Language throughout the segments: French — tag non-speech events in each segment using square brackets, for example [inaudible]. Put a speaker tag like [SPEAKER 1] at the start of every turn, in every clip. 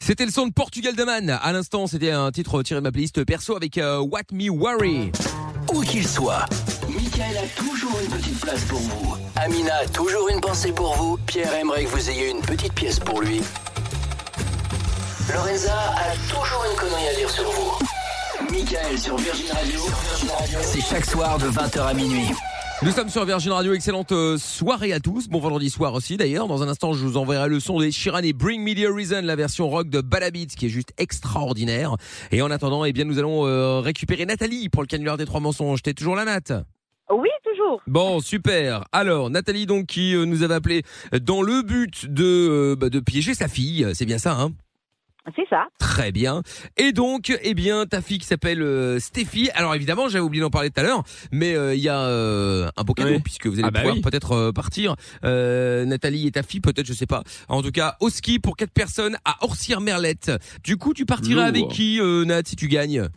[SPEAKER 1] C'était le son de Portugal de Man. À l'instant, c'était un titre tiré de ma playlist perso avec euh, What Me Worry.
[SPEAKER 2] Où qu'il soit, Michael a toujours une petite place pour vous. Amina a toujours une pensée pour vous. Pierre aimerait que vous ayez une petite pièce pour lui. Lorenza a toujours une connerie à dire sur vous. Michael sur Virgin Radio, c'est chaque soir de 20h à minuit.
[SPEAKER 1] Nous sommes sur Virgin Radio, excellente euh, soirée à tous. Bon vendredi soir aussi d'ailleurs. Dans un instant, je vous enverrai le son des Shiran et Bring Me The Horizon, la version rock de Balabit, qui est juste extraordinaire. Et en attendant, eh bien, nous allons euh, récupérer Nathalie pour le canular des trois mensonges. T'es toujours là, Nat
[SPEAKER 3] Oui, toujours.
[SPEAKER 1] Bon, super. Alors, Nathalie, donc, qui euh, nous avait appelé dans le but de, euh, bah, de piéger sa fille, c'est bien ça, hein
[SPEAKER 3] C'est ça.
[SPEAKER 1] Très bien. Et donc, eh bien, ta fille qui s'appelle euh, Stéphie. Alors, évidemment, j'avais oublié d'en parler tout à l'heure, mais euh, il y a euh, un beau cadeau,
[SPEAKER 4] Oui.
[SPEAKER 1] puisque vous allez
[SPEAKER 4] Ah bah
[SPEAKER 1] pouvoir
[SPEAKER 4] oui.
[SPEAKER 1] peut-être euh, partir, euh, Nathalie et ta fille, peut-être, je sais pas. En tout cas, au ski pour quatre personnes à Orsières-Merlette. Du coup, tu partiras
[SPEAKER 4] Lourd.
[SPEAKER 1] avec qui, euh, Nat, si tu gagnes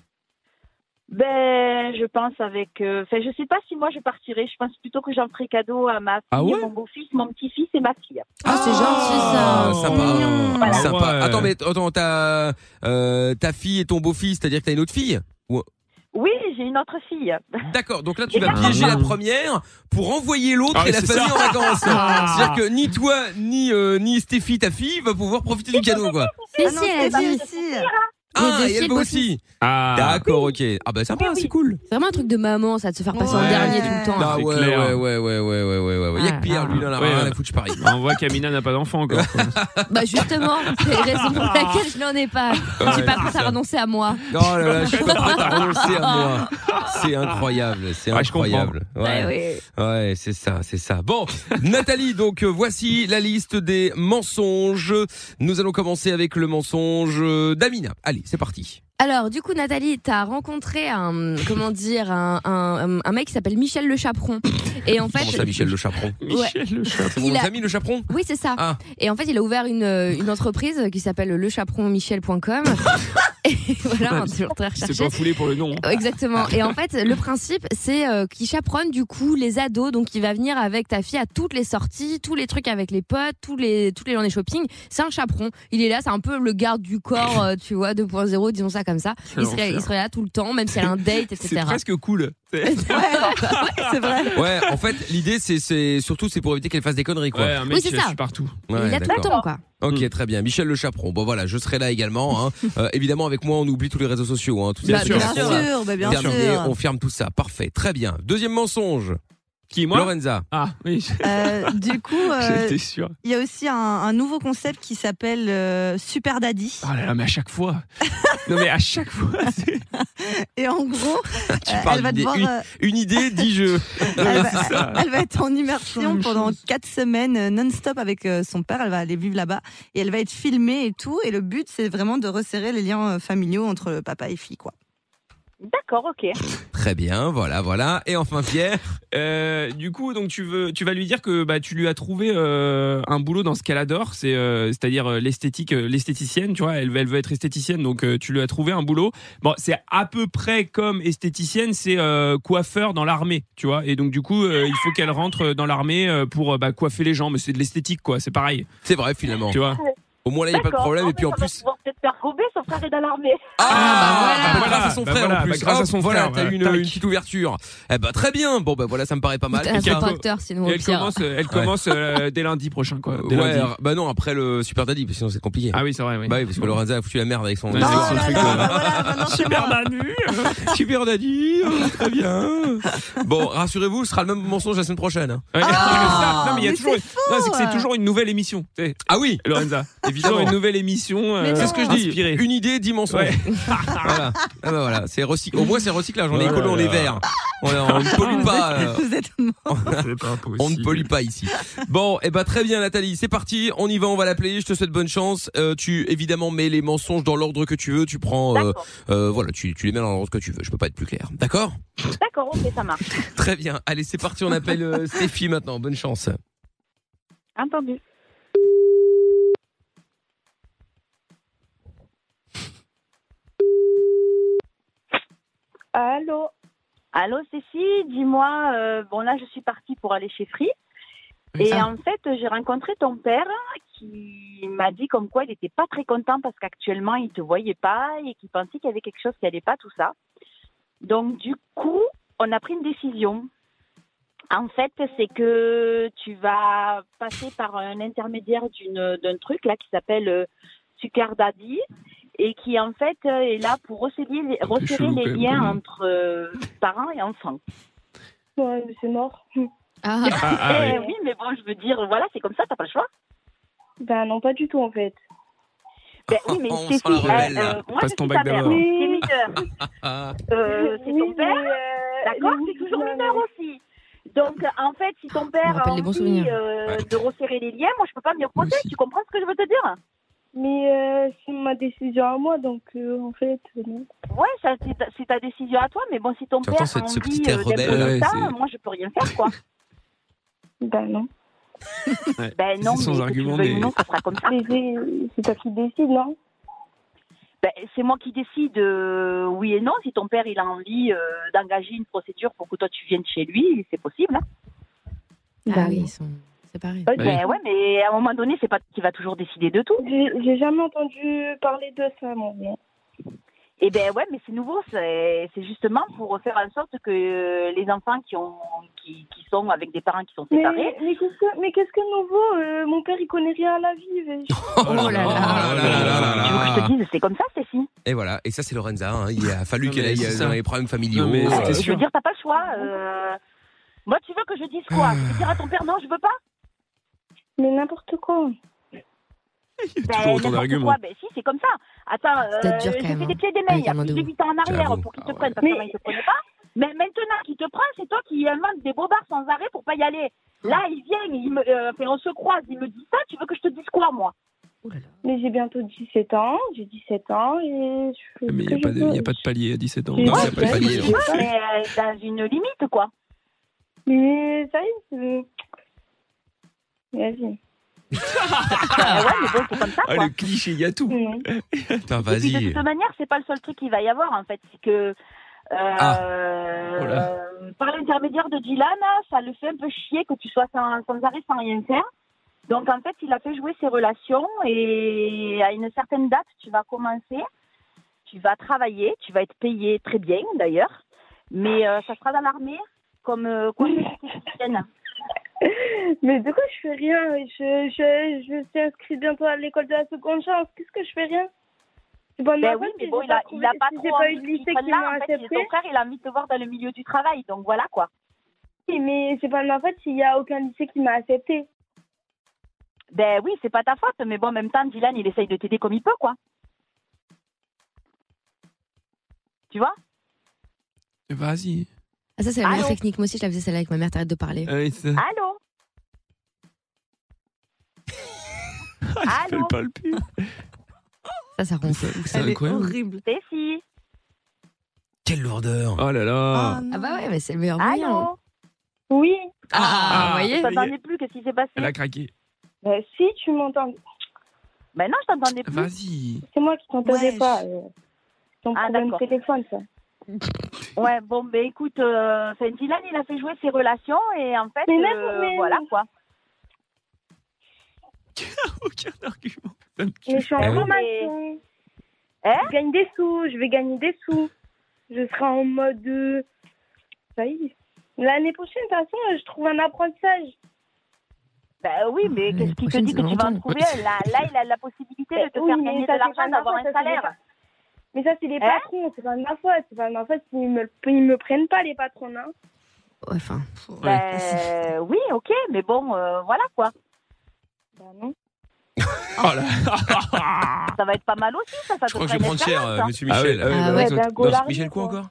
[SPEAKER 3] Ben, je pense avec. euh, Enfin, je sais pas si moi je partirai. Je pense plutôt que j'en ferai cadeau à ma fille,
[SPEAKER 4] Ah ouais
[SPEAKER 3] mon beau-fils, mon petit-fils et ma fille.
[SPEAKER 5] Ah, c'est gentil ça.
[SPEAKER 1] Ah, sympa.
[SPEAKER 3] Voilà.
[SPEAKER 4] Ah
[SPEAKER 1] Sympa.
[SPEAKER 4] ouais.
[SPEAKER 1] Attends, mais attends, ta, euh, ta fille et ton beau-fils, c'est-à-dire que t'as une autre fille
[SPEAKER 3] Oui, j'ai une autre fille.
[SPEAKER 1] D'accord, donc là tu
[SPEAKER 3] Et
[SPEAKER 1] vas
[SPEAKER 3] la
[SPEAKER 1] piéger la
[SPEAKER 4] famille.
[SPEAKER 1] première pour envoyer l'autre
[SPEAKER 4] Ah,
[SPEAKER 1] et la
[SPEAKER 4] c'est
[SPEAKER 1] famille
[SPEAKER 4] ça.
[SPEAKER 1] en vacances.
[SPEAKER 4] Ah.
[SPEAKER 1] C'est-à-dire que ni toi, ni, euh, ni Stéphie, ta fille, va pouvoir profiter du cadeau, quoi.
[SPEAKER 5] Si,
[SPEAKER 6] Ah non,
[SPEAKER 5] si, elle a
[SPEAKER 6] c'est
[SPEAKER 5] dit.
[SPEAKER 6] pas-
[SPEAKER 1] Ah,
[SPEAKER 5] deux
[SPEAKER 1] et elle
[SPEAKER 5] filles,
[SPEAKER 1] va
[SPEAKER 5] beau
[SPEAKER 1] aussi.
[SPEAKER 4] Ah,
[SPEAKER 1] D'accord, ok. Ah bah sympa,
[SPEAKER 3] Oui, oui.
[SPEAKER 1] c'est cool.
[SPEAKER 5] C'est vraiment un truc de maman, ça, de se faire passer en
[SPEAKER 6] Ouais.
[SPEAKER 5] dernier tout le temps. hein.
[SPEAKER 4] Bah,
[SPEAKER 1] Ah
[SPEAKER 4] c'est
[SPEAKER 1] ouais, ouais,
[SPEAKER 4] clair. euh.
[SPEAKER 1] ouais, ouais, ouais, ouais, ouais, ouais, ouais. Y'a que
[SPEAKER 5] Ah,
[SPEAKER 1] Pierre, lui, il en a
[SPEAKER 4] ouais,
[SPEAKER 1] rien à
[SPEAKER 4] ouais.
[SPEAKER 1] foutre, je parie.
[SPEAKER 4] on voit qu'Amina n'a pas d'enfant encore.
[SPEAKER 1] [laughs]
[SPEAKER 5] Bah justement, c'est la raison pour laquelle je n'en ai pas. J'ai pas pu ça renoncer à moi.
[SPEAKER 1] Oh là là, je suis pas prêt à renoncer à moi. C'est incroyable, c'est
[SPEAKER 4] Ouais, Ah, je comprends.
[SPEAKER 1] incroyable.
[SPEAKER 5] Ouais, ouais.
[SPEAKER 1] Ouais, c'est ça, c'est ça. Bon, [laughs] Nathalie, donc euh, voici la liste des mensonges. Nous allons commencer avec le mensonge euh, d'Amina. Allez, c'est parti.
[SPEAKER 5] Alors, du coup, Nathalie, t'as rencontré un, comment dire, un, un, un mec qui s'appelle Michel Le Chaperon. Et en
[SPEAKER 1] Comment
[SPEAKER 5] fait,
[SPEAKER 1] ça, Michel le Chaperon
[SPEAKER 4] Michel le chat.
[SPEAKER 1] C'est mon
[SPEAKER 5] Il a-
[SPEAKER 1] ami le Chaperon
[SPEAKER 5] oui, c'est ça.
[SPEAKER 1] Ah.
[SPEAKER 5] Et en fait, il a ouvert une, une entreprise qui s'appelle
[SPEAKER 1] [laughs]
[SPEAKER 5] lechaperonmichel.com. Et voilà, un toujours très
[SPEAKER 4] C'est
[SPEAKER 5] recherché.
[SPEAKER 4] pas foulé pour le nom. hein.
[SPEAKER 5] [laughs] Exactement. Et en fait, le principe, c'est euh, qu'il chaperonne du coup les ados. Donc, il va venir avec ta fille à toutes les sorties, tous les trucs avec les potes, tous les, toutes les journées shopping. C'est un chaperon. Il est là, c'est un peu le garde du corps, euh, tu vois, 2.0, disons ça comme ça.
[SPEAKER 4] Quel
[SPEAKER 5] Il serait,
[SPEAKER 4] enfer.
[SPEAKER 5] il serait là tout le temps, même si elle a un date,
[SPEAKER 4] C'est
[SPEAKER 5] etc.
[SPEAKER 4] presque cool.
[SPEAKER 5] Ouais,
[SPEAKER 4] Ouais,
[SPEAKER 5] c'est vrai.
[SPEAKER 1] Ouais, en fait, l'idée, c'est- c'est surtout, c'est pour éviter qu'elle fasse des conneries, quoi.
[SPEAKER 4] un mec
[SPEAKER 5] Oui, c'est
[SPEAKER 4] qui la
[SPEAKER 5] ça.
[SPEAKER 4] suit partout.
[SPEAKER 1] Ouais,
[SPEAKER 5] il est là tout le
[SPEAKER 1] d'accord.
[SPEAKER 5] temps, quoi.
[SPEAKER 1] Ok, très bien. Michel le Chaperon. Bon, voilà, je serai là
[SPEAKER 6] [laughs]
[SPEAKER 1] également. hein. Euh, évidemment, avec moi, on oublie tous les réseaux sociaux. Hein, tout
[SPEAKER 4] Bien
[SPEAKER 1] ça,
[SPEAKER 4] sûr.
[SPEAKER 1] c'est
[SPEAKER 6] Bien
[SPEAKER 1] bon, là.
[SPEAKER 6] sûr, bah, bien
[SPEAKER 1] Terminé,
[SPEAKER 6] sûr.
[SPEAKER 1] on ferme tout ça. Parfait, très bien. Deuxième mensonge,
[SPEAKER 4] Qui, moi
[SPEAKER 1] Lorenza.
[SPEAKER 4] Ah, oui, [laughs]
[SPEAKER 6] Euh, du coup, euh,
[SPEAKER 4] j'étais sûr.
[SPEAKER 6] il y a aussi un, un nouveau concept qui s'appelle euh, Super Daddy.
[SPEAKER 4] Oh là là, mais à chaque fois. Non, mais à chaque fois, [laughs] c'est.
[SPEAKER 6] Et en gros, euh,
[SPEAKER 1] parles
[SPEAKER 6] elle va
[SPEAKER 1] d'une
[SPEAKER 6] devoir,
[SPEAKER 1] idée-
[SPEAKER 6] euh,
[SPEAKER 1] Une idée, dix
[SPEAKER 6] [laughs]
[SPEAKER 1] jeux.
[SPEAKER 6] elle,
[SPEAKER 4] c'est ça.
[SPEAKER 6] va, [laughs] elle va être en immersion
[SPEAKER 4] Même
[SPEAKER 6] pendant
[SPEAKER 4] chose.
[SPEAKER 6] 4 semaines euh, non-stop avec euh, son père. Elle va aller vivre là-bas et elle va être filmée et tout. Et le but, c'est vraiment de resserrer les liens euh, familiaux entre le papa et fille, quoi.
[SPEAKER 3] D'accord,
[SPEAKER 1] [laughs]
[SPEAKER 3] ok.
[SPEAKER 1] Très bien, voilà, voilà. Et enfin, Pierre.
[SPEAKER 4] Euh, du coup, donc tu veux, tu vas lui dire que bah tu lui as trouvé euh, un boulot dans ce qu'elle adore, c'est euh, c'est-à-dire euh, l'esthétique, euh, l'esthéticienne, tu vois, elle, veut- elle veut être esthéticienne, donc euh, tu lui as trouvé un boulot. Bon, c'est à peu près comme esthéticienne, c'est euh, coiffeur dans l'armée, tu vois, et donc du coup, euh, il faut qu'elle rentre dans l'armée euh, pour euh, bah, coiffer les gens, mais c'est de l'esthétique quoi, c'est pareil,
[SPEAKER 1] C'est vrai, finalement.
[SPEAKER 4] tu vois.
[SPEAKER 1] Au moins là, il n'y a pas de
[SPEAKER 3] D'accord.
[SPEAKER 1] problème.
[SPEAKER 3] Non,
[SPEAKER 1] Et puis
[SPEAKER 3] mais
[SPEAKER 1] en
[SPEAKER 3] ça va
[SPEAKER 1] plus.
[SPEAKER 3] pouvoir peut-être faire gober son frère est
[SPEAKER 1] [laughs]
[SPEAKER 3] dans l'armée.
[SPEAKER 5] Ah, bah
[SPEAKER 1] bah,
[SPEAKER 4] voilà.
[SPEAKER 1] grâce à son
[SPEAKER 4] Bah,
[SPEAKER 1] frère
[SPEAKER 4] voilà,
[SPEAKER 1] en plus.
[SPEAKER 4] bah, grâce à
[SPEAKER 1] Hop,
[SPEAKER 4] son
[SPEAKER 1] voilà,
[SPEAKER 4] frère,
[SPEAKER 1] t'as
[SPEAKER 4] voilà.
[SPEAKER 1] eu une,
[SPEAKER 4] Tac.
[SPEAKER 1] une petite ouverture. Eh bah, très bien. Bon, bah voilà, ça me paraît pas mal.
[SPEAKER 5] Un
[SPEAKER 4] Quelqu'un-
[SPEAKER 5] acteur, sinon,
[SPEAKER 4] Et
[SPEAKER 5] au
[SPEAKER 4] elle
[SPEAKER 5] pire.
[SPEAKER 4] commence, euh, elle commence euh, dès lundi prochain quoi. Dès
[SPEAKER 1] Ouais,
[SPEAKER 4] lundi.
[SPEAKER 1] bah non, après le Super Daddy, parce que sinon c'est compliqué.
[SPEAKER 4] Ah oui, c'est vrai. Oui.
[SPEAKER 1] Bah oui, parce que Lorenza a foutu la merde avec son.
[SPEAKER 4] Ouais,
[SPEAKER 1] avec
[SPEAKER 6] Oh
[SPEAKER 1] son
[SPEAKER 4] c'est son
[SPEAKER 1] truc,
[SPEAKER 4] truc,
[SPEAKER 1] euh,
[SPEAKER 4] ouais.
[SPEAKER 6] bah voilà, maintenant, c'est
[SPEAKER 4] Super
[SPEAKER 6] moi.
[SPEAKER 4] Manu,
[SPEAKER 1] [laughs] Super Daddy, euh, très bien. Bon, rassurez-vous, ce sera le même mensonge la semaine prochaine. hein.
[SPEAKER 4] [laughs] Ouais,
[SPEAKER 6] Ah,
[SPEAKER 4] mais ça, non, mais il y a
[SPEAKER 6] mais
[SPEAKER 4] toujours,
[SPEAKER 6] c'est faux.
[SPEAKER 4] non, c'est que c'est toujours une nouvelle émission. tu sais,
[SPEAKER 1] Ah oui,
[SPEAKER 4] Lorenza,
[SPEAKER 1] [laughs] évidemment.
[SPEAKER 4] toujours une nouvelle émission. euh,
[SPEAKER 6] Mais
[SPEAKER 1] C'est ce que je dis. [laughs]
[SPEAKER 4] Inspirée.
[SPEAKER 1] Une idée, dix mensonges.
[SPEAKER 4] Ouais.
[SPEAKER 1] [laughs] voilà. Ah bah voilà, c'est recyc- Au moins c'est recyclage. On est
[SPEAKER 4] Voilà.
[SPEAKER 1] écolo, on est vert. On, on ne pollue pas. euh,
[SPEAKER 6] Vous êtes mort.
[SPEAKER 1] On ne pollue pas [laughs] ici. Bon, eh ben très bien Nathalie, c'est parti, on y va, on va l'appeler. Je te souhaite bonne chance. Euh, tu évidemment mets les mensonges dans l'ordre que tu veux. Tu prends, euh,
[SPEAKER 3] D'accord,
[SPEAKER 1] euh, voilà, tu, tu les mets dans l'ordre que tu veux. Je peux pas être plus clair. D'accord
[SPEAKER 3] d'accord, ok, ça marche.
[SPEAKER 1] Très bien. Allez, c'est parti. On appelle [laughs] euh, Stéphie maintenant. Bonne chance.
[SPEAKER 3] Entendu. Allô Allô Cécile, dis-moi, euh, bon là je suis partie pour aller chez Free. Et en fait, j'ai rencontré ton père qui il m'a dit comme quoi il n'était pas très content parce qu'actuellement il te voyait pas et qu'il pensait qu'il y avait quelque chose qui allait pas, tout ça. Donc du coup, on a pris une décision. En fait, c'est que tu vas passer par un intermédiaire d'une- d'un truc là qui s'appelle euh, Sugar Daddy et qui en fait euh, est là pour resserrer les, resserrer
[SPEAKER 4] chelou,
[SPEAKER 3] les
[SPEAKER 4] quand même,
[SPEAKER 3] liens
[SPEAKER 4] comme nom.
[SPEAKER 3] entre euh, parents et enfants.
[SPEAKER 7] Ouais, mais c'est mort.
[SPEAKER 5] Ah,
[SPEAKER 4] Ah, ah,
[SPEAKER 3] Eh
[SPEAKER 4] ouais.
[SPEAKER 3] oui, mais bon, je veux dire, voilà, c'est comme ça, t'as pas le choix.
[SPEAKER 7] Ben non, pas du tout en fait.
[SPEAKER 3] Ben oui, mais
[SPEAKER 1] On
[SPEAKER 3] c'est
[SPEAKER 1] sent la
[SPEAKER 3] qui
[SPEAKER 1] rebelle, là.
[SPEAKER 3] moi,
[SPEAKER 4] Passe
[SPEAKER 3] je
[SPEAKER 4] ton
[SPEAKER 3] suis
[SPEAKER 4] bac
[SPEAKER 3] ta mère.
[SPEAKER 4] d'abord.
[SPEAKER 3] C'est mineur.
[SPEAKER 1] Ah,
[SPEAKER 3] Euh, c'est ton
[SPEAKER 7] Oui,
[SPEAKER 3] père.
[SPEAKER 7] mais, euh,
[SPEAKER 3] D'accord
[SPEAKER 7] oui,
[SPEAKER 3] C'est toujours
[SPEAKER 7] mais-
[SPEAKER 3] mineur aussi. Donc, euh, en fait, si ton
[SPEAKER 5] me
[SPEAKER 3] père a
[SPEAKER 5] rappelle les bons
[SPEAKER 3] envie
[SPEAKER 5] souvenirs.
[SPEAKER 3] euh,
[SPEAKER 1] Ouais.
[SPEAKER 3] de resserrer les liens, moi, je peux pas m'y
[SPEAKER 1] Moi
[SPEAKER 3] opposer.
[SPEAKER 1] aussi.
[SPEAKER 3] Tu comprends ce que je veux te dire
[SPEAKER 7] Mais euh, c'est ma décision à moi, donc euh, en fait, euh, non.
[SPEAKER 3] Ouais, ça, c'est ta- c'est ta décision à toi, mais bon, si ton
[SPEAKER 1] Tu
[SPEAKER 3] père
[SPEAKER 1] entends
[SPEAKER 3] a
[SPEAKER 1] cette- ce
[SPEAKER 3] envie
[SPEAKER 1] petit air
[SPEAKER 3] euh,
[SPEAKER 1] rebelle,
[SPEAKER 3] d'être
[SPEAKER 4] ouais,
[SPEAKER 3] comme ça,
[SPEAKER 4] c'est-
[SPEAKER 3] moi, je peux rien faire,
[SPEAKER 4] [laughs]
[SPEAKER 3] quoi.
[SPEAKER 7] Ben non.
[SPEAKER 3] ben non,
[SPEAKER 4] C'est sans
[SPEAKER 3] mais que
[SPEAKER 4] argument,
[SPEAKER 3] tu veuilles ou
[SPEAKER 4] mais-
[SPEAKER 3] non, ça sera comme ça.
[SPEAKER 7] Mais C'est c'est toi qui décides, non
[SPEAKER 3] Ben, c'est moi qui décide euh, oui et non. Si ton père, il a envie euh, d'engager une procédure pour que toi, tu viennes chez lui, c'est possible. hein.
[SPEAKER 5] ah
[SPEAKER 7] Ben
[SPEAKER 5] oui,
[SPEAKER 7] non.
[SPEAKER 5] ils sont séparés.
[SPEAKER 4] oui.
[SPEAKER 3] Ben ouais, mais à un moment donné, c'est pas toi qui va toujours décider de tout.
[SPEAKER 7] J'ai j'ai jamais entendu parler de ça, moi. mais-
[SPEAKER 3] Eh ben ouais, mais c'est nouveau. C'est c'est justement pour faire en sorte que euh, les enfants qui ont qui, qui sont avec des parents qui sont
[SPEAKER 7] Mais,
[SPEAKER 3] séparés.
[SPEAKER 7] mais qu'est-ce que, mais qu'est-ce que nouveau euh, Mon père, il connaît rien à la vie. mais-
[SPEAKER 1] Oh là là
[SPEAKER 3] Tu veux
[SPEAKER 4] Ah.
[SPEAKER 3] que je te dise, c'est comme ça, Cécile.
[SPEAKER 1] Et voilà, et ça c'est Lorenza, hein. il a fallu
[SPEAKER 4] Non,
[SPEAKER 1] qu'elle
[SPEAKER 4] mais
[SPEAKER 1] aille
[SPEAKER 4] c'est
[SPEAKER 1] euh,
[SPEAKER 4] ça.
[SPEAKER 1] dans les problèmes familiaux.
[SPEAKER 4] Non, mais
[SPEAKER 1] euh,
[SPEAKER 4] T'es
[SPEAKER 3] je
[SPEAKER 4] sûr
[SPEAKER 3] veux dire, t'as pas le choix. euh, Moi, tu veux que je dise
[SPEAKER 4] Ah.
[SPEAKER 3] quoi Je veux dire à ton père non, je veux pas.
[SPEAKER 7] Mais n'importe quoi.
[SPEAKER 3] Ben,
[SPEAKER 4] toujours autant
[SPEAKER 3] n'importe
[SPEAKER 4] d'arguments.
[SPEAKER 3] quoi. Ben si, c'est comme ça. Attends, euh,
[SPEAKER 5] C'était dur, quand
[SPEAKER 3] j'ai
[SPEAKER 5] même,
[SPEAKER 3] fait
[SPEAKER 5] hein,
[SPEAKER 3] des pieds et des mains.
[SPEAKER 5] avec
[SPEAKER 3] Il y a
[SPEAKER 5] Armando.
[SPEAKER 3] plus de 8 ans en arrière
[SPEAKER 1] J'avoue.
[SPEAKER 3] pour qu'ils te
[SPEAKER 1] Ah ouais.
[SPEAKER 3] prennent parce
[SPEAKER 7] Mais-
[SPEAKER 3] qu'avant, ils te prenaient pas. Mais maintenant qu'ils te prennent, c'est toi qui inventes des bobards sans arrêt pour pas y aller. Là, il vient, il me, euh, enfin, on se croise, il me dit ça. Tu veux que je te dise quoi, moi
[SPEAKER 5] Oh là là.
[SPEAKER 7] Mais j'ai bientôt 17 ans. J'ai 17 ans et je fais
[SPEAKER 4] Mais
[SPEAKER 7] ce
[SPEAKER 4] il
[SPEAKER 7] que je
[SPEAKER 4] n'y a,
[SPEAKER 7] veux.
[SPEAKER 4] pas de palier à 17 ans.
[SPEAKER 7] J'ai-
[SPEAKER 1] Non, il y a
[SPEAKER 7] ouais,
[SPEAKER 1] pas de palier,
[SPEAKER 7] je
[SPEAKER 1] non.
[SPEAKER 7] sais
[SPEAKER 4] hein.
[SPEAKER 7] pas.
[SPEAKER 3] mais euh, dans une limite, quoi.
[SPEAKER 7] Mais ça y est, euh, vas-y.
[SPEAKER 3] Bah ouais, mais bon, c'est comme ça,
[SPEAKER 4] Ah,
[SPEAKER 3] quoi.
[SPEAKER 4] le cliché, il y a tout.
[SPEAKER 7] Non.
[SPEAKER 1] Putain,
[SPEAKER 3] Et puis, de
[SPEAKER 1] vas-y.
[SPEAKER 3] toute manière, c'est pas le seul truc qu'il va y avoir, en fait. C'est que. euh,
[SPEAKER 4] Oh là.
[SPEAKER 3] euh, par l'intermédiaire de Dylan, ça le fait un peu chier que tu sois sans, sans arrêt, sans rien faire. Donc en fait, il a fait jouer ses relations et à une certaine date, tu vas commencer, tu vas travailler, tu vas être payé très bien d'ailleurs, mais euh, ça sera dans l'armée comme euh, quoi
[SPEAKER 7] [laughs] Mais de quoi je fais rien Je, je, je suis inscrite bientôt à l'école de la seconde chance. Qu'est-ce que je fais rien C'est pas de ma
[SPEAKER 3] Ben
[SPEAKER 7] faute
[SPEAKER 3] oui, mais
[SPEAKER 7] si
[SPEAKER 3] bon,
[SPEAKER 7] j'ai
[SPEAKER 3] il a,
[SPEAKER 7] trouvé-
[SPEAKER 3] il a pas
[SPEAKER 7] si
[SPEAKER 3] trop
[SPEAKER 7] j'ai pas
[SPEAKER 3] envie
[SPEAKER 7] eu de
[SPEAKER 3] qu'il
[SPEAKER 7] lycée
[SPEAKER 3] soit
[SPEAKER 7] qui m'a
[SPEAKER 3] là. En fait,
[SPEAKER 7] accepté.
[SPEAKER 3] son frère, il a envie de te voir dans le milieu du travail. Donc voilà quoi.
[SPEAKER 7] Mais c'est pas de ma faute s'il y a aucun lycée qui m'a accepté.
[SPEAKER 3] Ben oui, c'est pas ta faute, mais bon, en même temps, Dylan, il essaye de t'aider comme il peut, quoi. Tu vois
[SPEAKER 4] Vas-y.
[SPEAKER 5] Ah, ça, c'est la meilleure
[SPEAKER 3] Allô
[SPEAKER 5] technique. Moi aussi, je la faisais celle-là avec ma mère. T'arrêtes de parler.
[SPEAKER 4] Ah, oui, ça-
[SPEAKER 3] Allô
[SPEAKER 4] Fais
[SPEAKER 3] Allô
[SPEAKER 4] pas le pire.
[SPEAKER 5] Ça, ça ronfle.
[SPEAKER 4] C'est
[SPEAKER 6] Elle est
[SPEAKER 4] incroyable.
[SPEAKER 6] horrible.
[SPEAKER 3] Cécile
[SPEAKER 1] Quelle lourdeur.
[SPEAKER 4] Oh là là.
[SPEAKER 6] non.
[SPEAKER 5] Ah bah ouais, mais c'est le meilleur moyen.
[SPEAKER 3] Allô
[SPEAKER 7] Oui,
[SPEAKER 5] Ah,
[SPEAKER 4] Ah.
[SPEAKER 5] vous voyez
[SPEAKER 3] Je t'entendais plus, qu'est-ce qui s'est passé
[SPEAKER 4] Elle a craqué.
[SPEAKER 7] ben, si tu m'entends.
[SPEAKER 3] Ben non, je t'entendais plus.
[SPEAKER 4] Vas-y.
[SPEAKER 7] C'est moi qui t'entendais
[SPEAKER 6] Ouais,
[SPEAKER 7] pas.
[SPEAKER 6] je-
[SPEAKER 7] euh, Ton
[SPEAKER 3] Ah,
[SPEAKER 7] problème
[SPEAKER 3] d'accord.
[SPEAKER 7] téléphone, ça.
[SPEAKER 3] Ouais, bon, ben écoute, euh, enfin, Dylan, il a fait jouer ses relations et en fait,
[SPEAKER 7] Mais même-
[SPEAKER 3] euh,
[SPEAKER 7] mais-
[SPEAKER 3] voilà quoi.
[SPEAKER 4] Aucun argument. Ça me tue.
[SPEAKER 7] Mais je suis en
[SPEAKER 1] Ah oui.
[SPEAKER 7] formation.
[SPEAKER 3] Hein
[SPEAKER 7] je gagne des sous, je vais gagner des sous. Je serai en mode. euh, Ça y est. L'année prochaine, de toute façon, je trouve un apprentissage.
[SPEAKER 3] Ben oui, mais
[SPEAKER 5] L'année
[SPEAKER 3] qu'est-ce qui te
[SPEAKER 5] prochaine,
[SPEAKER 3] dit
[SPEAKER 5] c'est
[SPEAKER 3] que tu vas en
[SPEAKER 5] longtemps.
[SPEAKER 3] trouver un là, là, il a la possibilité de te
[SPEAKER 7] Ben Oui,
[SPEAKER 3] faire
[SPEAKER 7] mais
[SPEAKER 3] gagner de
[SPEAKER 7] ça, c'est pas
[SPEAKER 3] l'argent,
[SPEAKER 7] de ma
[SPEAKER 3] d'avoir
[SPEAKER 7] faute,
[SPEAKER 3] un
[SPEAKER 7] ça, c'est
[SPEAKER 3] salaire.
[SPEAKER 7] pas- Mais ça, c'est les
[SPEAKER 3] Hein
[SPEAKER 7] patrons, c'est pas de ma faute. C'est pas de ma faute s'ils me, ils me prennent pas, les patrons.
[SPEAKER 1] [laughs]
[SPEAKER 7] Hein.
[SPEAKER 5] Ouais, Enfin,
[SPEAKER 3] Ben oui, ok, mais bon, euh, voilà quoi. Ben,
[SPEAKER 7] Bah non.
[SPEAKER 1] [laughs]
[SPEAKER 4] Oh là.
[SPEAKER 3] [laughs] Ça va être pas mal aussi, ça, ça
[SPEAKER 1] Je crois
[SPEAKER 3] te
[SPEAKER 1] que
[SPEAKER 3] fera
[SPEAKER 1] je vais
[SPEAKER 3] une
[SPEAKER 1] prendre cher,
[SPEAKER 3] expérience,
[SPEAKER 1] euh,
[SPEAKER 3] hein.
[SPEAKER 1] monsieur
[SPEAKER 4] Ah
[SPEAKER 1] Michel.
[SPEAKER 4] ouais, ah
[SPEAKER 5] Ah
[SPEAKER 4] ouais,
[SPEAKER 7] ouais,
[SPEAKER 4] toi,
[SPEAKER 7] bah,
[SPEAKER 4] tu-
[SPEAKER 7] go
[SPEAKER 4] non,
[SPEAKER 7] là.
[SPEAKER 1] Euh, Michel quoi encore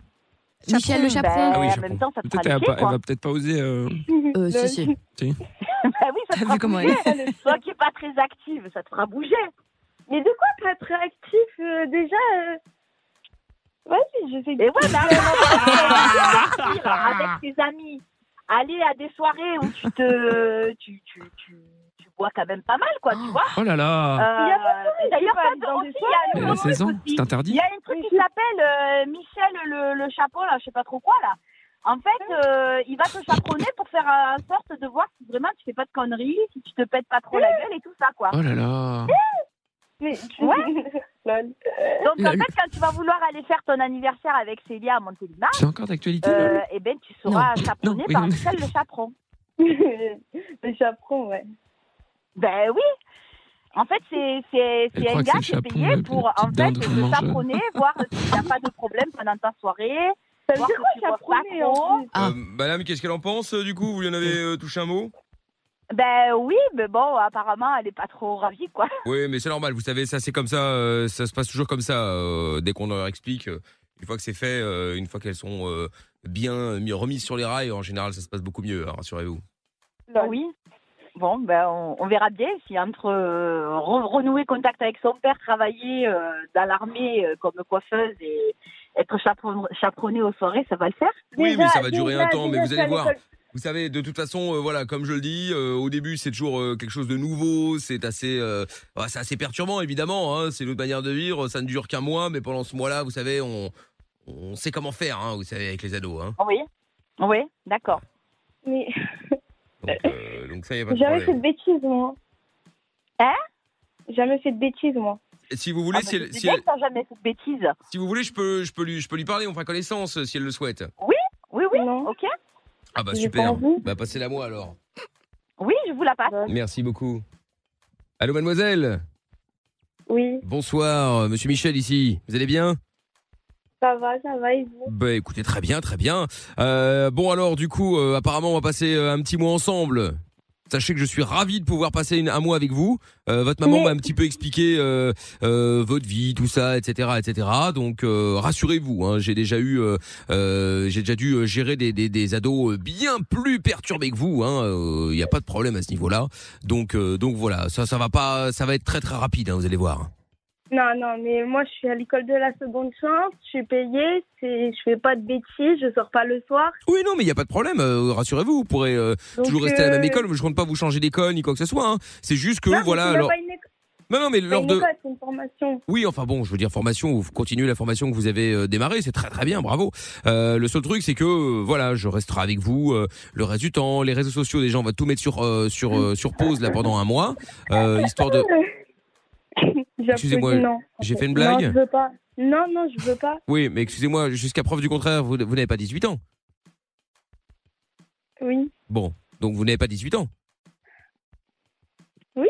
[SPEAKER 5] Michel le chaperon.
[SPEAKER 3] Ben,
[SPEAKER 1] Ah oui,
[SPEAKER 3] en
[SPEAKER 1] chaperon.
[SPEAKER 3] même temps, ça te
[SPEAKER 4] Peut-être
[SPEAKER 3] fera
[SPEAKER 4] elle
[SPEAKER 3] le
[SPEAKER 4] va
[SPEAKER 3] pied,
[SPEAKER 4] pas- elle
[SPEAKER 3] quoi.
[SPEAKER 4] va peut-être pas oser. euh,
[SPEAKER 5] Euh,
[SPEAKER 7] Bah,
[SPEAKER 5] si, si.
[SPEAKER 3] Ben oui,
[SPEAKER 7] Ah,
[SPEAKER 3] ça te
[SPEAKER 6] T'as
[SPEAKER 3] fera
[SPEAKER 6] vu comment
[SPEAKER 3] bouger.
[SPEAKER 6] elle est
[SPEAKER 3] Toi qui n'es pas très active, ça te fera bouger.
[SPEAKER 7] Mais de quoi pas très actif euh, Déjà. euh, Vas-y, je sais.
[SPEAKER 3] Et ouais, ben, mais alors, on va sortir avec tes amis, aller à des soirées où tu te... Tu, tu, tu, tu bois quand même pas mal, quoi,
[SPEAKER 1] Ah.
[SPEAKER 3] tu vois.
[SPEAKER 4] Oh là là.
[SPEAKER 3] Euh,
[SPEAKER 7] Il y a
[SPEAKER 3] D'ailleurs,
[SPEAKER 7] qui va
[SPEAKER 3] ça,
[SPEAKER 7] dans
[SPEAKER 3] aussi,
[SPEAKER 7] des
[SPEAKER 3] il y a un
[SPEAKER 4] Elle
[SPEAKER 3] nouveau
[SPEAKER 4] a 16 ans.
[SPEAKER 3] truc aussi.
[SPEAKER 4] C'est
[SPEAKER 3] Il
[SPEAKER 4] interdit.
[SPEAKER 3] y a un truc qui s'appelle euh, Michel le, le chapeau, là, je sais pas trop quoi, là. En fait, euh, il va te chaperonner pour faire en sorte de voir si vraiment tu fais pas de conneries, si tu te pètes pas trop la gueule et tout ça, quoi.
[SPEAKER 4] Oh là là.
[SPEAKER 7] [laughs] Mais
[SPEAKER 3] Ouais.
[SPEAKER 7] Lol.
[SPEAKER 3] Donc, en
[SPEAKER 4] La-
[SPEAKER 3] fait, quand tu vas vouloir aller faire ton anniversaire avec Célia à Montélimar,
[SPEAKER 4] C'est encore d'actualité.
[SPEAKER 3] euh, eh ben, tu seras chaperonné
[SPEAKER 4] non, oui,
[SPEAKER 3] par
[SPEAKER 4] non.
[SPEAKER 3] Michel le chaperon.
[SPEAKER 7] le chaperon, ouais.
[SPEAKER 3] Ben oui. En fait, c'est c'est-
[SPEAKER 4] Elle
[SPEAKER 3] c'est
[SPEAKER 4] croit
[SPEAKER 3] un
[SPEAKER 4] que
[SPEAKER 3] gars
[SPEAKER 4] c'est le
[SPEAKER 3] qui est
[SPEAKER 4] chaperon,
[SPEAKER 3] payé
[SPEAKER 4] le-
[SPEAKER 3] pour
[SPEAKER 4] la
[SPEAKER 3] en
[SPEAKER 4] petite
[SPEAKER 3] fait
[SPEAKER 4] dinde qu'on
[SPEAKER 3] te
[SPEAKER 4] mange.
[SPEAKER 3] chaperonner, voir s'il n'y a pas de problème pendant ta soirée.
[SPEAKER 7] Ça veut
[SPEAKER 3] Voir
[SPEAKER 7] dire
[SPEAKER 3] que
[SPEAKER 7] quoi,
[SPEAKER 3] tu vois
[SPEAKER 7] chaperonner hein.
[SPEAKER 3] pas trop.
[SPEAKER 7] en plus
[SPEAKER 1] Euh,
[SPEAKER 5] Ah.
[SPEAKER 1] madame, bah qu'est-ce qu'elle en pense euh, du coup Vous lui en avez euh, touché un mot
[SPEAKER 3] Ben oui, mais bon, apparemment, elle est pas trop ravie, quoi.
[SPEAKER 1] Oui, mais c'est normal. Vous savez, ça c'est comme ça. euh, ça se passe toujours comme ça. euh, dès qu'on leur explique, euh, une fois que c'est fait, euh, une fois qu'elles sont euh, bien mis- remises sur les rails, en général, ça se passe beaucoup mieux. hein, Rassurez-vous.
[SPEAKER 7] Lol.
[SPEAKER 3] Ben Oui. Bon, ben on, on verra bien si entre euh, re- renouer contact avec son père, travailler euh, dans l'armée euh, comme coiffeuse et être chaperon- chaperonnée aux soirées, ça va le faire.
[SPEAKER 1] Oui,
[SPEAKER 7] Déjà-
[SPEAKER 1] mais ça va durer un
[SPEAKER 7] déjà-
[SPEAKER 1] temps, mais
[SPEAKER 7] déjà,
[SPEAKER 1] vous allez
[SPEAKER 7] à
[SPEAKER 1] voir.
[SPEAKER 7] l'école-
[SPEAKER 1] Vous savez, de toute façon, euh, voilà, comme je le dis, euh, au début, c'est toujours euh, quelque chose de nouveau, c'est assez, euh, bah, c'est assez perturbant, évidemment. hein, c'est notre manière de vivre, ça ne dure qu'un mois, mais pendant ce mois-là, vous savez, on, on sait comment faire, hein, vous savez, avec les ados. Hein.
[SPEAKER 3] Oui. Oui, d'accord.
[SPEAKER 7] Mais
[SPEAKER 1] Donc, euh, donc ça, y a pas
[SPEAKER 7] j'ai
[SPEAKER 1] de
[SPEAKER 7] jamais fait
[SPEAKER 1] problème.
[SPEAKER 7] de bêtises, moi.
[SPEAKER 3] Hein
[SPEAKER 7] Jamais fait de bêtises, moi.
[SPEAKER 1] Et Si vous voulez,
[SPEAKER 3] Ah,
[SPEAKER 1] si,
[SPEAKER 3] ben,
[SPEAKER 1] elle-
[SPEAKER 3] c'est
[SPEAKER 1] si
[SPEAKER 3] bien
[SPEAKER 1] elle-
[SPEAKER 3] que t'as jamais fait de bêtises.
[SPEAKER 1] si vous voulez, je peux, je peux lui, je peux lui parler, on fera connaissance euh, si elle le souhaite.
[SPEAKER 3] Oui, oui,
[SPEAKER 7] Non.
[SPEAKER 3] ok.
[SPEAKER 1] Ah bah
[SPEAKER 7] J'ai pas
[SPEAKER 1] super.
[SPEAKER 7] envie.
[SPEAKER 1] Bah passez-la moi alors.
[SPEAKER 3] Oui, je vous la passe.
[SPEAKER 1] Merci beaucoup. Allô mademoiselle.
[SPEAKER 7] Oui,
[SPEAKER 1] Bonsoir, euh, monsieur Michel ici. Vous allez bien
[SPEAKER 7] ça va, ça va, et vous
[SPEAKER 1] Bah écoutez, très bien, très bien. Euh, bon alors du coup, euh, apparemment on va passer euh, un petit mois ensemble. Sachez que je suis ravi de pouvoir passer une- un mois avec vous. Euh, votre maman
[SPEAKER 7] Mais-
[SPEAKER 1] m'a un petit peu expliqué euh, euh, votre vie, tout ça, etc., etc. Donc euh, rassurez-vous, hein, j'ai déjà eu, euh, euh, j'ai déjà dû euh, gérer des, des, des ados euh, bien plus perturbés que vous. Il hein, n'y a pas de problème à ce niveau-là. Donc euh, donc voilà, ça ça va pas, ça va être très très rapide. hein, vous allez voir.
[SPEAKER 7] Non, non, mais moi, je suis à l'école de la seconde chance, je suis payée, c'est... je fais pas de bêtises, je sors pas le soir.
[SPEAKER 1] Oui non, mais il n'y a pas de problème. euh, rassurez-vous, vous pourrez. euh,
[SPEAKER 7] donc,
[SPEAKER 1] toujours rester à la même
[SPEAKER 7] euh,
[SPEAKER 1] école, mais je compte pas vous changer d'école ni quoi que ce soit. hein. C'est juste que
[SPEAKER 7] non, mais
[SPEAKER 1] voilà.
[SPEAKER 7] c'est même
[SPEAKER 1] Alors...
[SPEAKER 7] pas une école,
[SPEAKER 1] Non non, mais
[SPEAKER 7] c'est
[SPEAKER 1] lors
[SPEAKER 7] une
[SPEAKER 1] de
[SPEAKER 7] école, c'est une formation.
[SPEAKER 1] oui, enfin bon, je veux dire formation, vous continuez la formation que vous avez euh, démarrée, c'est très très bien, bravo. Euh, le seul truc, c'est que euh, voilà, je resterai avec vous euh, le reste du temps. Les réseaux sociaux, déjà, on va tout mettre sur euh, sur euh, sur pause là pendant un mois, euh, histoire de.
[SPEAKER 7] J'applaudis,
[SPEAKER 1] Excusez-moi,
[SPEAKER 7] non.
[SPEAKER 1] j'ai fait une
[SPEAKER 7] Non,
[SPEAKER 1] blague
[SPEAKER 7] je veux pas. Non, non, je veux pas.
[SPEAKER 1] Oui, mais excusez-moi, jusqu'à preuve du contraire, vous, vous n'avez pas 18 ans.
[SPEAKER 7] Oui.
[SPEAKER 1] Bon, donc vous n'avez pas 18 ans.
[SPEAKER 7] Oui.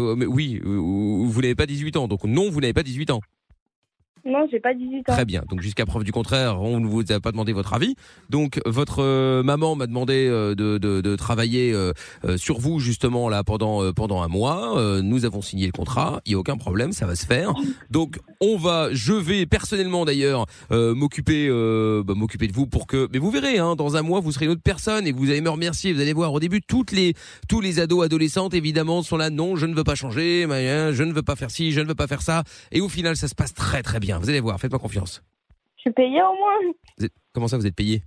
[SPEAKER 1] Euh, mais oui, euh, vous n'avez pas 18 ans, donc non, vous n'avez pas 18 ans.
[SPEAKER 7] Non, j'ai pas 18 ans.
[SPEAKER 1] Très bien. Donc jusqu'à preuve du contraire, on ne vous a pas demandé votre avis. Donc votre euh, maman m'a demandé euh, de, de- de travailler euh, euh, sur vous justement là pendant euh, pendant un mois. Euh, nous avons signé le contrat. Il y a aucun problème, ça va se faire. Donc on va, je vais personnellement d'ailleurs euh, m'occuper euh, bah, m'occuper de vous pour que. Mais vous verrez, hein, dans un mois vous serez une autre personne et vous allez me remercier. Vous allez voir. Au début, toutes les tous les ados adolescentes évidemment sont là. Non, je ne veux pas changer. mais, hein, Je ne veux pas faire ci. Je ne veux pas faire ça. Et au final, ça se passe très très bien. Vous allez voir. Faites-moi confiance.
[SPEAKER 7] Je suis payée au moins.
[SPEAKER 1] Comment ça, vous êtes payé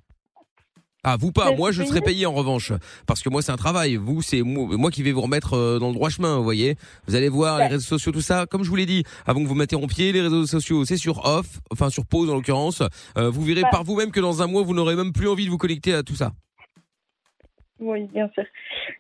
[SPEAKER 1] Ah, vous pas.
[SPEAKER 7] Mais
[SPEAKER 1] Moi,
[SPEAKER 7] je
[SPEAKER 1] je
[SPEAKER 7] suis
[SPEAKER 1] serais
[SPEAKER 7] nulle.
[SPEAKER 1] payé en revanche. Parce que moi, c'est un travail. Vous, c'est moi, moi qui vais vous remettre euh, dans le droit chemin, vous voyez. Vous allez voir les réseaux sociaux, tout ça. Comme je vous l'ai dit, avant que vous m'interrompiez, les réseaux sociaux, c'est sur off, enfin sur pause en l'occurrence. Euh, vous verrez
[SPEAKER 7] Ouais.
[SPEAKER 1] par vous-même que dans un mois, vous n'aurez même plus envie de vous connecter à tout ça.
[SPEAKER 7] Oui, bien sûr.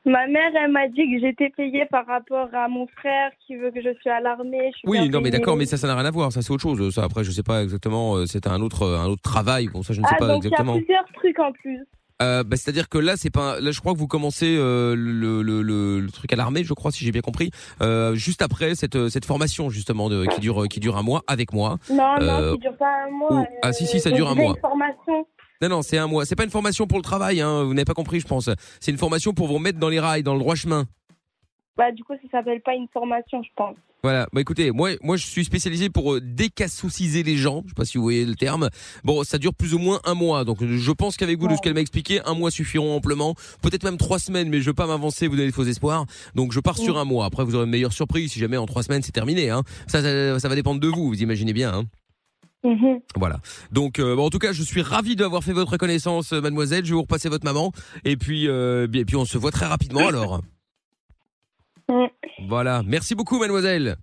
[SPEAKER 7] Ma mère, elle m'a dit que j'étais payée par rapport à mon frère qui veut que je sois à l'armée. je suis
[SPEAKER 1] Oui,
[SPEAKER 7] bien
[SPEAKER 1] non, mais
[SPEAKER 7] payée.
[SPEAKER 1] d'accord, mais ça, ça n'a rien à voir. Ça, c'est autre chose. Ça, après, je sais pas exactement. euh, C'est un autre, un autre travail. Bon, ça, je ne sais
[SPEAKER 7] Ah,
[SPEAKER 1] pas
[SPEAKER 7] donc il y a
[SPEAKER 1] exactement.
[SPEAKER 7] plusieurs trucs en plus.
[SPEAKER 1] Euh, bah, c'est-à-dire que là, c'est pas. Là, je crois que vous commencez euh, le, le, le, le truc à l'armée, je crois, si j'ai bien compris, euh, juste après cette, euh, cette formation justement de, qui dure qui dure un mois avec moi.
[SPEAKER 7] Non,
[SPEAKER 1] Euh,
[SPEAKER 7] non, ça dure pas un mois. euh,
[SPEAKER 1] ou- ah, si, si, ça
[SPEAKER 7] donc
[SPEAKER 1] dure un
[SPEAKER 7] j'ai
[SPEAKER 1] mois.
[SPEAKER 7] Une formation.
[SPEAKER 1] Non, non, c'est un mois. C'est pas une formation pour le travail. Hein, vous n'avez pas compris, je pense. C'est une formation pour vous remettre dans les rails, dans le droit chemin.
[SPEAKER 7] Bah, du coup, ça s'appelle pas une formation, je pense.
[SPEAKER 1] Voilà, bah écoutez, moi, moi je suis spécialisé pour euh, décassouciser les gens, je sais pas si vous voyez le terme. Bon, ça dure plus ou moins un mois, donc euh, je pense qu'avec vous, de ce qu'elle m'a expliqué, un mois suffiront amplement, peut-être même trois semaines, mais je veux pas m'avancer, vous donnez de faux espoirs, donc je pars sur un mois. Après, vous aurez une meilleure surprise si jamais en trois semaines c'est terminé. Hein. Ça, ça, ça va dépendre de vous, vous imaginez bien. Hein.
[SPEAKER 7] Mhm.
[SPEAKER 1] Voilà. Donc, euh, bon, en tout cas, je suis ravi d'avoir fait votre connaissance, euh, mademoiselle. Je vais vous repasser votre maman, et puis, euh, et puis on se voit très
[SPEAKER 7] [laughs]
[SPEAKER 1] rapidement alors.
[SPEAKER 7] Ouais.
[SPEAKER 1] Voilà. Merci beaucoup, mademoiselle.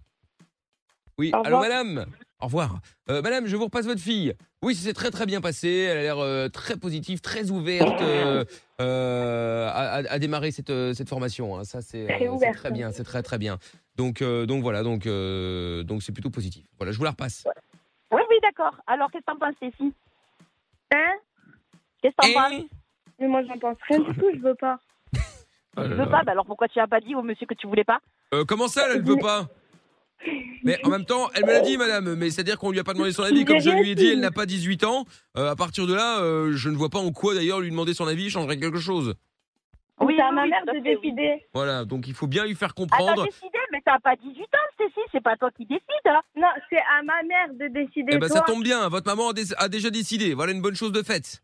[SPEAKER 1] Oui.
[SPEAKER 7] Au
[SPEAKER 1] Allô,
[SPEAKER 7] revoir.
[SPEAKER 1] madame. Au revoir. Euh, madame, je vous repasse votre fille. Oui, c'est très très bien passé. Elle a l'air euh, très positive, très ouverte euh, euh, à, à- à démarrer cette, euh, cette formation. hein. Ça, c'est euh,
[SPEAKER 7] Très
[SPEAKER 1] c'est
[SPEAKER 7] ouverte.
[SPEAKER 1] très bien, c'est très très bien. Donc, euh, donc voilà, donc euh, donc c'est plutôt positif. Voilà, je vous la repasse.
[SPEAKER 3] Oui, oui, d'accord. Alors, qu'est-ce que t'en penses, Stéphie
[SPEAKER 7] Hein
[SPEAKER 3] Qu'est-ce que t'en
[SPEAKER 1] Et-
[SPEAKER 3] penses
[SPEAKER 7] Mais moi, j'en pense rien du tout, je veux pas.
[SPEAKER 4] Oh là
[SPEAKER 3] Tu
[SPEAKER 4] là.
[SPEAKER 3] veux pas Bah alors, pourquoi tu as pas dit au monsieur que tu voulais pas
[SPEAKER 1] Euh, comment ça, elle, elle veut pas Mais en même temps, elle me l'a dit, madame. Mais c'est-à-dire qu'on lui a pas demandé son avis. Comme je lui ai dit, elle n'a pas 18 ans. Euh, à partir de là, euh, je ne vois pas en quoi d'ailleurs lui demander son avis changerait quelque chose.
[SPEAKER 7] Oui, c'est à ma mère
[SPEAKER 3] tout à
[SPEAKER 7] de
[SPEAKER 3] fait, oui.
[SPEAKER 7] décider.
[SPEAKER 1] Voilà, donc il faut bien lui faire
[SPEAKER 3] Ah, t'as
[SPEAKER 1] comprendre.
[SPEAKER 3] décidé, mais t'as pas 18 ans, Stéphie. C'est pas toi qui décides. hein.
[SPEAKER 7] Non, c'est à ma mère de décider.
[SPEAKER 1] Eh ben, ça
[SPEAKER 7] toi.
[SPEAKER 1] tombe bien. Votre maman a, dé- a déjà décidé. Voilà une bonne chose de faite.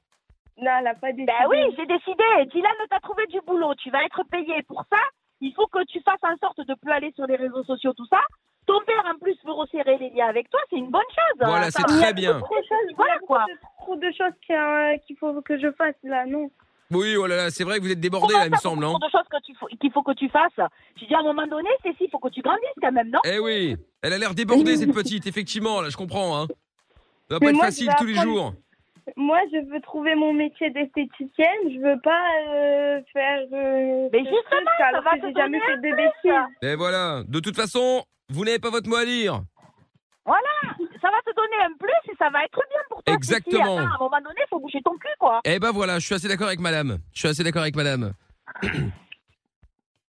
[SPEAKER 7] Non, elle a pas décidé.
[SPEAKER 3] Ben oui, j'ai décidé. Dylan t'a trouvé du boulot. Tu vas être payé pour ça. Il faut que tu fasses en sorte de plus aller sur les réseaux sociaux, tout ça. Ton père, en plus, veut resserrer les liens avec toi. C'est une bonne chose.
[SPEAKER 1] Voilà,
[SPEAKER 3] Enfin,
[SPEAKER 1] c'est
[SPEAKER 3] il y a
[SPEAKER 1] très
[SPEAKER 3] beaucoup
[SPEAKER 1] bien.
[SPEAKER 3] de
[SPEAKER 7] Trop de choses,
[SPEAKER 3] choses, Voilà quoi.
[SPEAKER 7] il y a Trop de choses qu'il y a, euh, qu'il faut que je fasse là, non.
[SPEAKER 1] Oui, voilà, là, c'est vrai que vous êtes débordé,
[SPEAKER 3] Comment
[SPEAKER 1] là, il me
[SPEAKER 3] ça,
[SPEAKER 1] semble,
[SPEAKER 3] beaucoup
[SPEAKER 1] hein.
[SPEAKER 3] de choses que tu faut- qu'il faut que tu fasses. Je dis à un moment donné, Cécile, il faut que tu grandisses quand même, non
[SPEAKER 1] Eh oui, elle a l'air débordée, cette petite. Effectivement, là, je comprends, hein. Ça va pas
[SPEAKER 7] Mais
[SPEAKER 1] être
[SPEAKER 7] moi, je
[SPEAKER 1] facile
[SPEAKER 7] vais
[SPEAKER 1] tous les
[SPEAKER 7] apprendre-
[SPEAKER 1] jours.
[SPEAKER 7] Moi, je veux trouver mon métier d'esthéticienne. Je veux pas euh, faire. euh,
[SPEAKER 3] Mais
[SPEAKER 7] ce
[SPEAKER 3] justement,
[SPEAKER 7] truc, alors
[SPEAKER 3] va
[SPEAKER 7] que
[SPEAKER 3] te
[SPEAKER 7] j'ai jamais
[SPEAKER 3] donner
[SPEAKER 7] fait de bêtises.
[SPEAKER 1] Et Eh voilà. De toute façon, vous n'avez pas votre mot à dire.
[SPEAKER 3] Ça va te donner un plus et ça va être bien pour toi. Cécile.
[SPEAKER 1] Exactement.
[SPEAKER 3] Attends, à un moment donné, il faut bouger ton cul, quoi.
[SPEAKER 1] Eh ben voilà, je suis assez d'accord avec madame. Je suis assez d'accord avec madame. [coughs]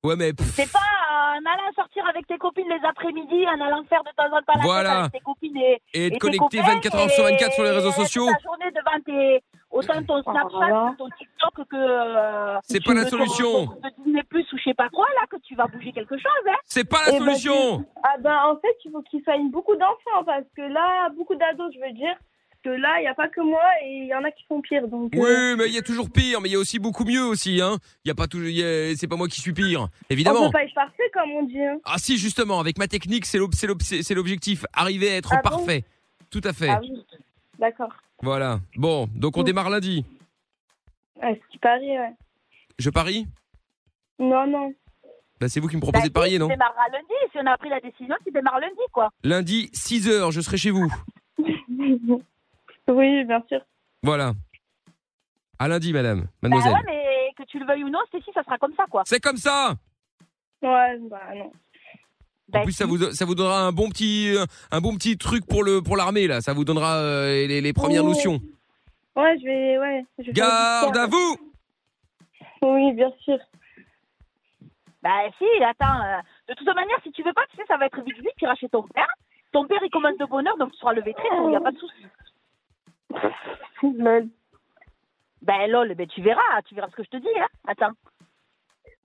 [SPEAKER 1] ouais, mais. pff,
[SPEAKER 3] C'est pas euh, en allant sortir avec tes copines les après-midi, en allant faire de temps en temps la
[SPEAKER 1] Voilà.
[SPEAKER 3] fête avec tes copines et,
[SPEAKER 1] et de
[SPEAKER 3] tes
[SPEAKER 1] connecter
[SPEAKER 3] copains
[SPEAKER 1] 24 heures sur 24 sur les
[SPEAKER 3] et
[SPEAKER 1] réseaux
[SPEAKER 3] rester
[SPEAKER 1] sociaux,
[SPEAKER 3] euh, La journée devant tes, autant ton
[SPEAKER 7] Oh
[SPEAKER 3] Snapchat,
[SPEAKER 7] voilà.
[SPEAKER 3] que ton TikTok que. euh,
[SPEAKER 1] C'est
[SPEAKER 3] que
[SPEAKER 1] pas la
[SPEAKER 3] ton-
[SPEAKER 1] solution.
[SPEAKER 3] ton- ton Disney Plus ou je sais pas quoi là que tu vas bouger quelque chose. Hein.
[SPEAKER 1] c'est pas la
[SPEAKER 7] Eh ben,
[SPEAKER 1] solution.
[SPEAKER 7] Ah ben, en fait, il faut qu'ils soignent beaucoup d'enfants parce que là, beaucoup d'ados, je veux dire. Que là, il n'y a pas que moi et il y en a qui font pire. Donc, euh,
[SPEAKER 1] Oui, mais il y a toujours pire, mais il y a aussi beaucoup mieux aussi, hein. Il y a pas tout, il y a- c'est pas moi qui suis pire,
[SPEAKER 7] on
[SPEAKER 1] évidemment.
[SPEAKER 7] peut pas être parfait, comme on dit. hein.
[SPEAKER 1] Ah si, justement, avec ma technique, c'est l'ob- c'est l'ob- c'est- c'est l'objectif, arriver à être
[SPEAKER 7] Ah bon
[SPEAKER 1] parfait. Tout à fait.
[SPEAKER 7] Ah oui, d'accord.
[SPEAKER 1] Voilà. Bon, donc on
[SPEAKER 7] Oui.
[SPEAKER 1] démarre lundi.
[SPEAKER 7] Ah, ce qui paraît, ouais.
[SPEAKER 1] Je parie
[SPEAKER 7] Non, non.
[SPEAKER 1] Bah, c'est vous qui me proposez de
[SPEAKER 3] Bah,
[SPEAKER 1] parier,
[SPEAKER 3] tu
[SPEAKER 1] non
[SPEAKER 3] démarreras lundi. Si on a pris la décision, tu démarres lundi quoi.
[SPEAKER 1] Lundi 6h, je serai chez vous.
[SPEAKER 7] oui, bien sûr.
[SPEAKER 1] Voilà. À lundi, madame,
[SPEAKER 3] Bah
[SPEAKER 1] mademoiselle.
[SPEAKER 3] ouais, mais que tu le veuilles ou non, Stéphie, ça sera comme ça quoi.
[SPEAKER 1] C'est comme ça.
[SPEAKER 7] Ouais, bah non.
[SPEAKER 1] En
[SPEAKER 3] Bah,
[SPEAKER 1] plus, ça vous, ça vous donnera un bon petit, euh, un bon petit truc pour le, pour l'armée, là. Ça vous donnera euh, les, les premières
[SPEAKER 7] Oui.
[SPEAKER 1] notions.
[SPEAKER 7] Ouais, Oh, je vais. Ouais, je vais faire
[SPEAKER 1] Garde
[SPEAKER 7] du
[SPEAKER 1] à
[SPEAKER 7] sport.
[SPEAKER 1] vous
[SPEAKER 7] Oui, bien sûr. [laughs]
[SPEAKER 3] Bah si, attends. euh, de toute manière, si tu veux pas, tu sais, ça va être vite vite, tu iras chez ton père. Ton père, il commence de bonne heure, donc tu seras levé très tôt, il n'y a pas de souci.
[SPEAKER 7] Lol.
[SPEAKER 3] Ben lol, ben tu verras, tu verras ce que je te dis, hein. Attends.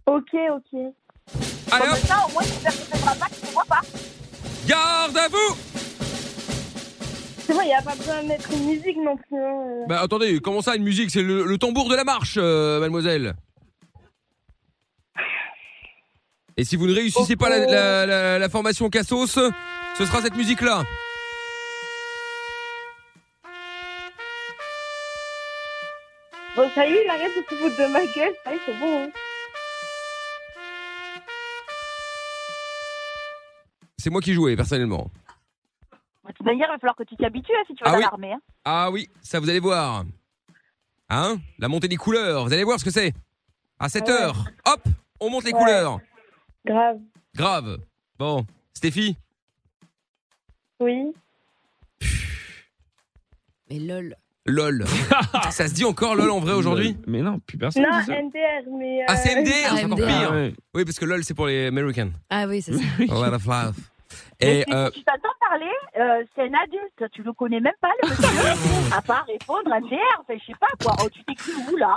[SPEAKER 7] Ok, ok.
[SPEAKER 1] Allez
[SPEAKER 3] Comme
[SPEAKER 1] hop,
[SPEAKER 3] ça, au moins, tu persévéreras pas, tu ne vois pas.
[SPEAKER 1] garde à vous
[SPEAKER 7] C'est bon, il n'y a pas besoin de mettre une musique non plus. hein.
[SPEAKER 1] Bah attendez, comment ça une musique C'est le, le tambour de la marche, euh, mademoiselle. Et si vous ne réussissez pas
[SPEAKER 7] Oh,
[SPEAKER 1] la, la- la- la formation Cassos, ce sera cette musique-là.
[SPEAKER 7] Bon, ça y est, il arrête de se foutre de ma gueule. Ça y est, c'est bon. hein.
[SPEAKER 1] C'est moi qui jouais, personnellement.
[SPEAKER 3] De toute manière, il va falloir que tu t'y habitues hein, si tu vas
[SPEAKER 1] Ah
[SPEAKER 3] dans
[SPEAKER 1] oui.
[SPEAKER 3] l'armée. Hein.
[SPEAKER 1] Ah oui, ça vous allez voir. Hein La montée des couleurs, vous allez voir ce que c'est. À 7
[SPEAKER 7] Ouais.
[SPEAKER 1] heures, hop, on monte les
[SPEAKER 7] Ouais.
[SPEAKER 1] couleurs.
[SPEAKER 7] Grave.
[SPEAKER 1] Grave. Bon, Stéphie,
[SPEAKER 7] Oui.
[SPEAKER 5] Mais lol.
[SPEAKER 1] lol. ça se dit encore lol en vrai aujourd'hui
[SPEAKER 4] Bah, Mais non, plus personne.
[SPEAKER 7] Non,
[SPEAKER 4] dit ça.
[SPEAKER 7] NDR, mais.
[SPEAKER 1] Ah,
[SPEAKER 7] euh,
[SPEAKER 1] c'est MDR, c'est encore
[SPEAKER 5] MDR.
[SPEAKER 1] pire.
[SPEAKER 4] Ah ouais.
[SPEAKER 1] Oui, parce que lol, c'est pour les Americans.
[SPEAKER 5] Ah oui, c'est ça.
[SPEAKER 1] A lot of love.
[SPEAKER 3] Mais
[SPEAKER 1] Et
[SPEAKER 3] si
[SPEAKER 1] euh,
[SPEAKER 3] [laughs] tu t'entends parler, euh, c'est un adulte, tu le connais même pas,
[SPEAKER 1] [laughs]
[SPEAKER 3] le monsieur. à part répondre à DR, enfin, je sais pas quoi. Oh, tu t'écris où là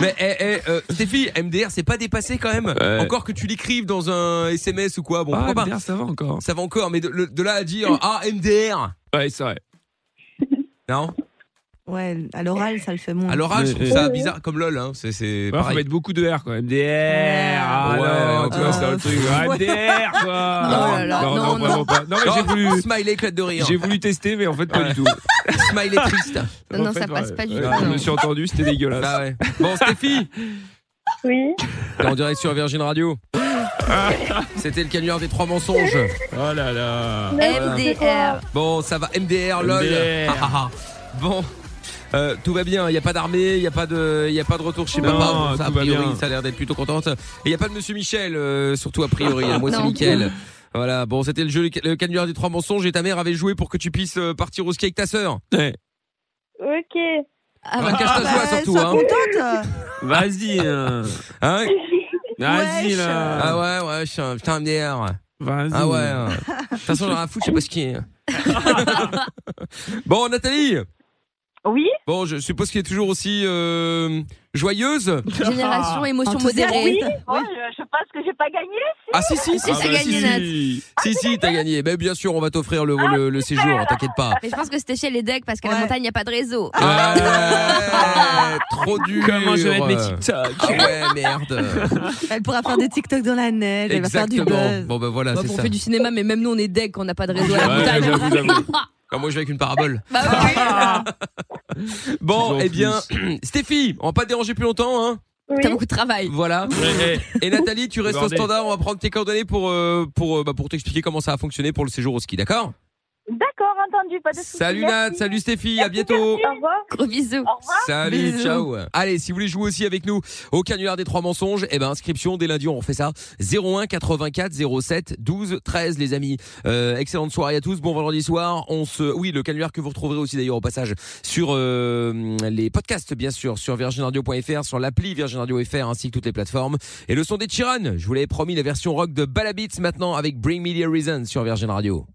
[SPEAKER 1] mais eh, eh, euh, Stéphie, MDR, c'est pas dépassé quand même.
[SPEAKER 4] Ouais.
[SPEAKER 1] Encore que tu l'écrives dans un SMS ou quoi, bon,
[SPEAKER 4] Ah,
[SPEAKER 1] pourquoi pas.
[SPEAKER 4] MDR, ça va encore. hein.
[SPEAKER 1] Ça va encore, mais de, le- de là à dire ah MDR,
[SPEAKER 4] Ouais, c'est vrai.
[SPEAKER 1] non
[SPEAKER 6] Ouais, à l'oral, ça le fait moins.
[SPEAKER 1] À l'oral, je
[SPEAKER 4] Mais,
[SPEAKER 1] trouve
[SPEAKER 4] eh.
[SPEAKER 1] ça bizarre comme lol. Hein. C'est c'est
[SPEAKER 4] Ouais, faut
[SPEAKER 1] pareil.
[SPEAKER 4] mettre beaucoup de R, quoi. MDR. Ah,
[SPEAKER 1] Ouais,
[SPEAKER 4] non,
[SPEAKER 1] ouais,
[SPEAKER 4] tu vois, c'est un
[SPEAKER 6] euh,
[SPEAKER 4] truc. Ah, MDR, quoi.
[SPEAKER 5] Non, oh là, là,
[SPEAKER 4] non, non,
[SPEAKER 5] non,
[SPEAKER 4] vraiment
[SPEAKER 5] non.
[SPEAKER 4] pas. Non, mais j'ai
[SPEAKER 1] Oh,
[SPEAKER 4] voulu.
[SPEAKER 1] Smiley éclate de rire.
[SPEAKER 4] J'ai voulu tester, mais en fait, pas du tout.
[SPEAKER 1] [laughs] Smiley triste.
[SPEAKER 5] Non,
[SPEAKER 4] En
[SPEAKER 5] ça passe pas du tout,
[SPEAKER 4] Je
[SPEAKER 5] non.
[SPEAKER 4] me suis entendu, c'était dégueulasse.
[SPEAKER 1] Ah ouais. Bon, Stéphie,
[SPEAKER 7] Oui.
[SPEAKER 1] t'es en direct sur Virgin Radio. C'était le canular des trois mensonges.
[SPEAKER 4] Oh là là.
[SPEAKER 5] MDR.
[SPEAKER 1] Bon, ça va. MDR, lol.
[SPEAKER 4] MDR.
[SPEAKER 1] Ah, ah, ah. bon. Euh, tout va bien, il n'y a pas d'armée, il n'y a, pas de- il y a pas de retour chez
[SPEAKER 4] Non,
[SPEAKER 1] papa. Bon, ça, a
[SPEAKER 4] tout va
[SPEAKER 1] priori,
[SPEAKER 4] bien.
[SPEAKER 1] ça a l'air d'être plutôt contente. Et il n'y a pas de monsieur Michel, euh, surtout a priori. hein. Moi, c'est
[SPEAKER 5] Non.
[SPEAKER 1] Michel. Voilà, bon, c'était le jeu, le ca- le canular des trois mensonges et ta mère avait joué pour que tu puisses euh, partir au ski avec ta sœur.
[SPEAKER 4] Ouais.
[SPEAKER 7] Ok.
[SPEAKER 5] Ah
[SPEAKER 1] Enfin, [laughs]
[SPEAKER 5] bah.
[SPEAKER 1] cache ta joie
[SPEAKER 6] Bah,
[SPEAKER 1] surtout,
[SPEAKER 6] sois
[SPEAKER 1] hein.
[SPEAKER 6] contente.
[SPEAKER 4] Vas-y. hein.
[SPEAKER 1] Hein
[SPEAKER 4] Vas-y
[SPEAKER 6] Wesh.
[SPEAKER 4] là.
[SPEAKER 1] ah ouais, ouais, je suis un putain MDR. ouais.
[SPEAKER 4] Vas-y.
[SPEAKER 1] Ah ouais. ouais. De toute façon, j'en ai rien à foutre, je sais pas skier. bon, Nathalie,
[SPEAKER 3] Oui,
[SPEAKER 1] bon, je suppose qu'il est toujours aussi euh, joyeuse.
[SPEAKER 5] Génération émotion
[SPEAKER 6] Enthousiaste.
[SPEAKER 5] modérée.
[SPEAKER 3] Oh, je, je pense que j'ai pas gagné.
[SPEAKER 1] Ah si, si, si,
[SPEAKER 5] Si,
[SPEAKER 4] Ah
[SPEAKER 5] t'as
[SPEAKER 4] bah
[SPEAKER 5] gagné,
[SPEAKER 4] si.
[SPEAKER 5] Nat.
[SPEAKER 1] Si, si, t'as gagné. Mais bien sûr, on va t'offrir le, le,
[SPEAKER 6] Ah,
[SPEAKER 1] le séjour, t'inquiète pas.
[SPEAKER 5] Mais je pense que c'était chez les decks parce qu'à la
[SPEAKER 6] Ouais.
[SPEAKER 5] montagne, il n'y a pas de réseau.
[SPEAKER 1] Ah,
[SPEAKER 6] Ah.
[SPEAKER 1] Ouais, trop dur.
[SPEAKER 4] Comment je vais mettre mes TikTok
[SPEAKER 1] Ah ouais, merde.
[SPEAKER 6] Elle pourra faire des TikTok dans la neige, [laughs] elle va faire du
[SPEAKER 1] Exactement.
[SPEAKER 6] buzz.
[SPEAKER 1] Bon, ben voilà,
[SPEAKER 5] Bah,
[SPEAKER 1] c'est
[SPEAKER 5] on
[SPEAKER 1] ça.
[SPEAKER 5] fait du cinéma, mais même nous, on est deg quand on n'a pas de réseau à la
[SPEAKER 4] Ouais,
[SPEAKER 5] montagne.
[SPEAKER 4] j'avoue, j'avoue.
[SPEAKER 1] Ah, moi, je vais avec une parabole.
[SPEAKER 5] Bah oui.
[SPEAKER 1] Ah,
[SPEAKER 4] Ah,
[SPEAKER 1] Bon,
[SPEAKER 4] Toujours
[SPEAKER 1] eh bien,
[SPEAKER 4] plus.
[SPEAKER 1] [clears throat] Stéphie, on va pas te déranger plus longtemps, hein.
[SPEAKER 7] Oui.
[SPEAKER 5] T'as beaucoup de travail.
[SPEAKER 1] Voilà.
[SPEAKER 4] Ouais, eh, ouais.
[SPEAKER 1] Et Nathalie, tu restes au
[SPEAKER 4] Bordel.
[SPEAKER 1] standard. On va prendre tes coordonnées pour euh, pour euh, bah, pour t'expliquer comment ça a fonctionné pour le séjour au ski, d'accord
[SPEAKER 3] D'accord, entendu, pas de soucis.
[SPEAKER 1] Salut Nat,
[SPEAKER 3] merci.
[SPEAKER 1] salut Stéphie, à bientôt.
[SPEAKER 7] Au revoir.
[SPEAKER 5] Gros bisous.
[SPEAKER 3] Au revoir.
[SPEAKER 1] Salut,
[SPEAKER 6] Bisous.
[SPEAKER 1] ciao. Allez, si vous voulez jouer aussi avec nous au canular des trois mensonges, eh ben inscription dès lundi, on refait ça. 01 84 07 12 13 les amis. Euh, excellente soirée à tous. Bon vendredi soir, on se oui, le canular que vous retrouverez aussi d'ailleurs au passage sur euh, les podcasts bien sûr sur virginradio.fr, sur l'appli Virgin Radio FR ainsi que toutes les plateformes. Et le son des Chiran, je vous l'avais promis la version rock de Balabits maintenant avec Bring Me the Reason sur Virgin Radio.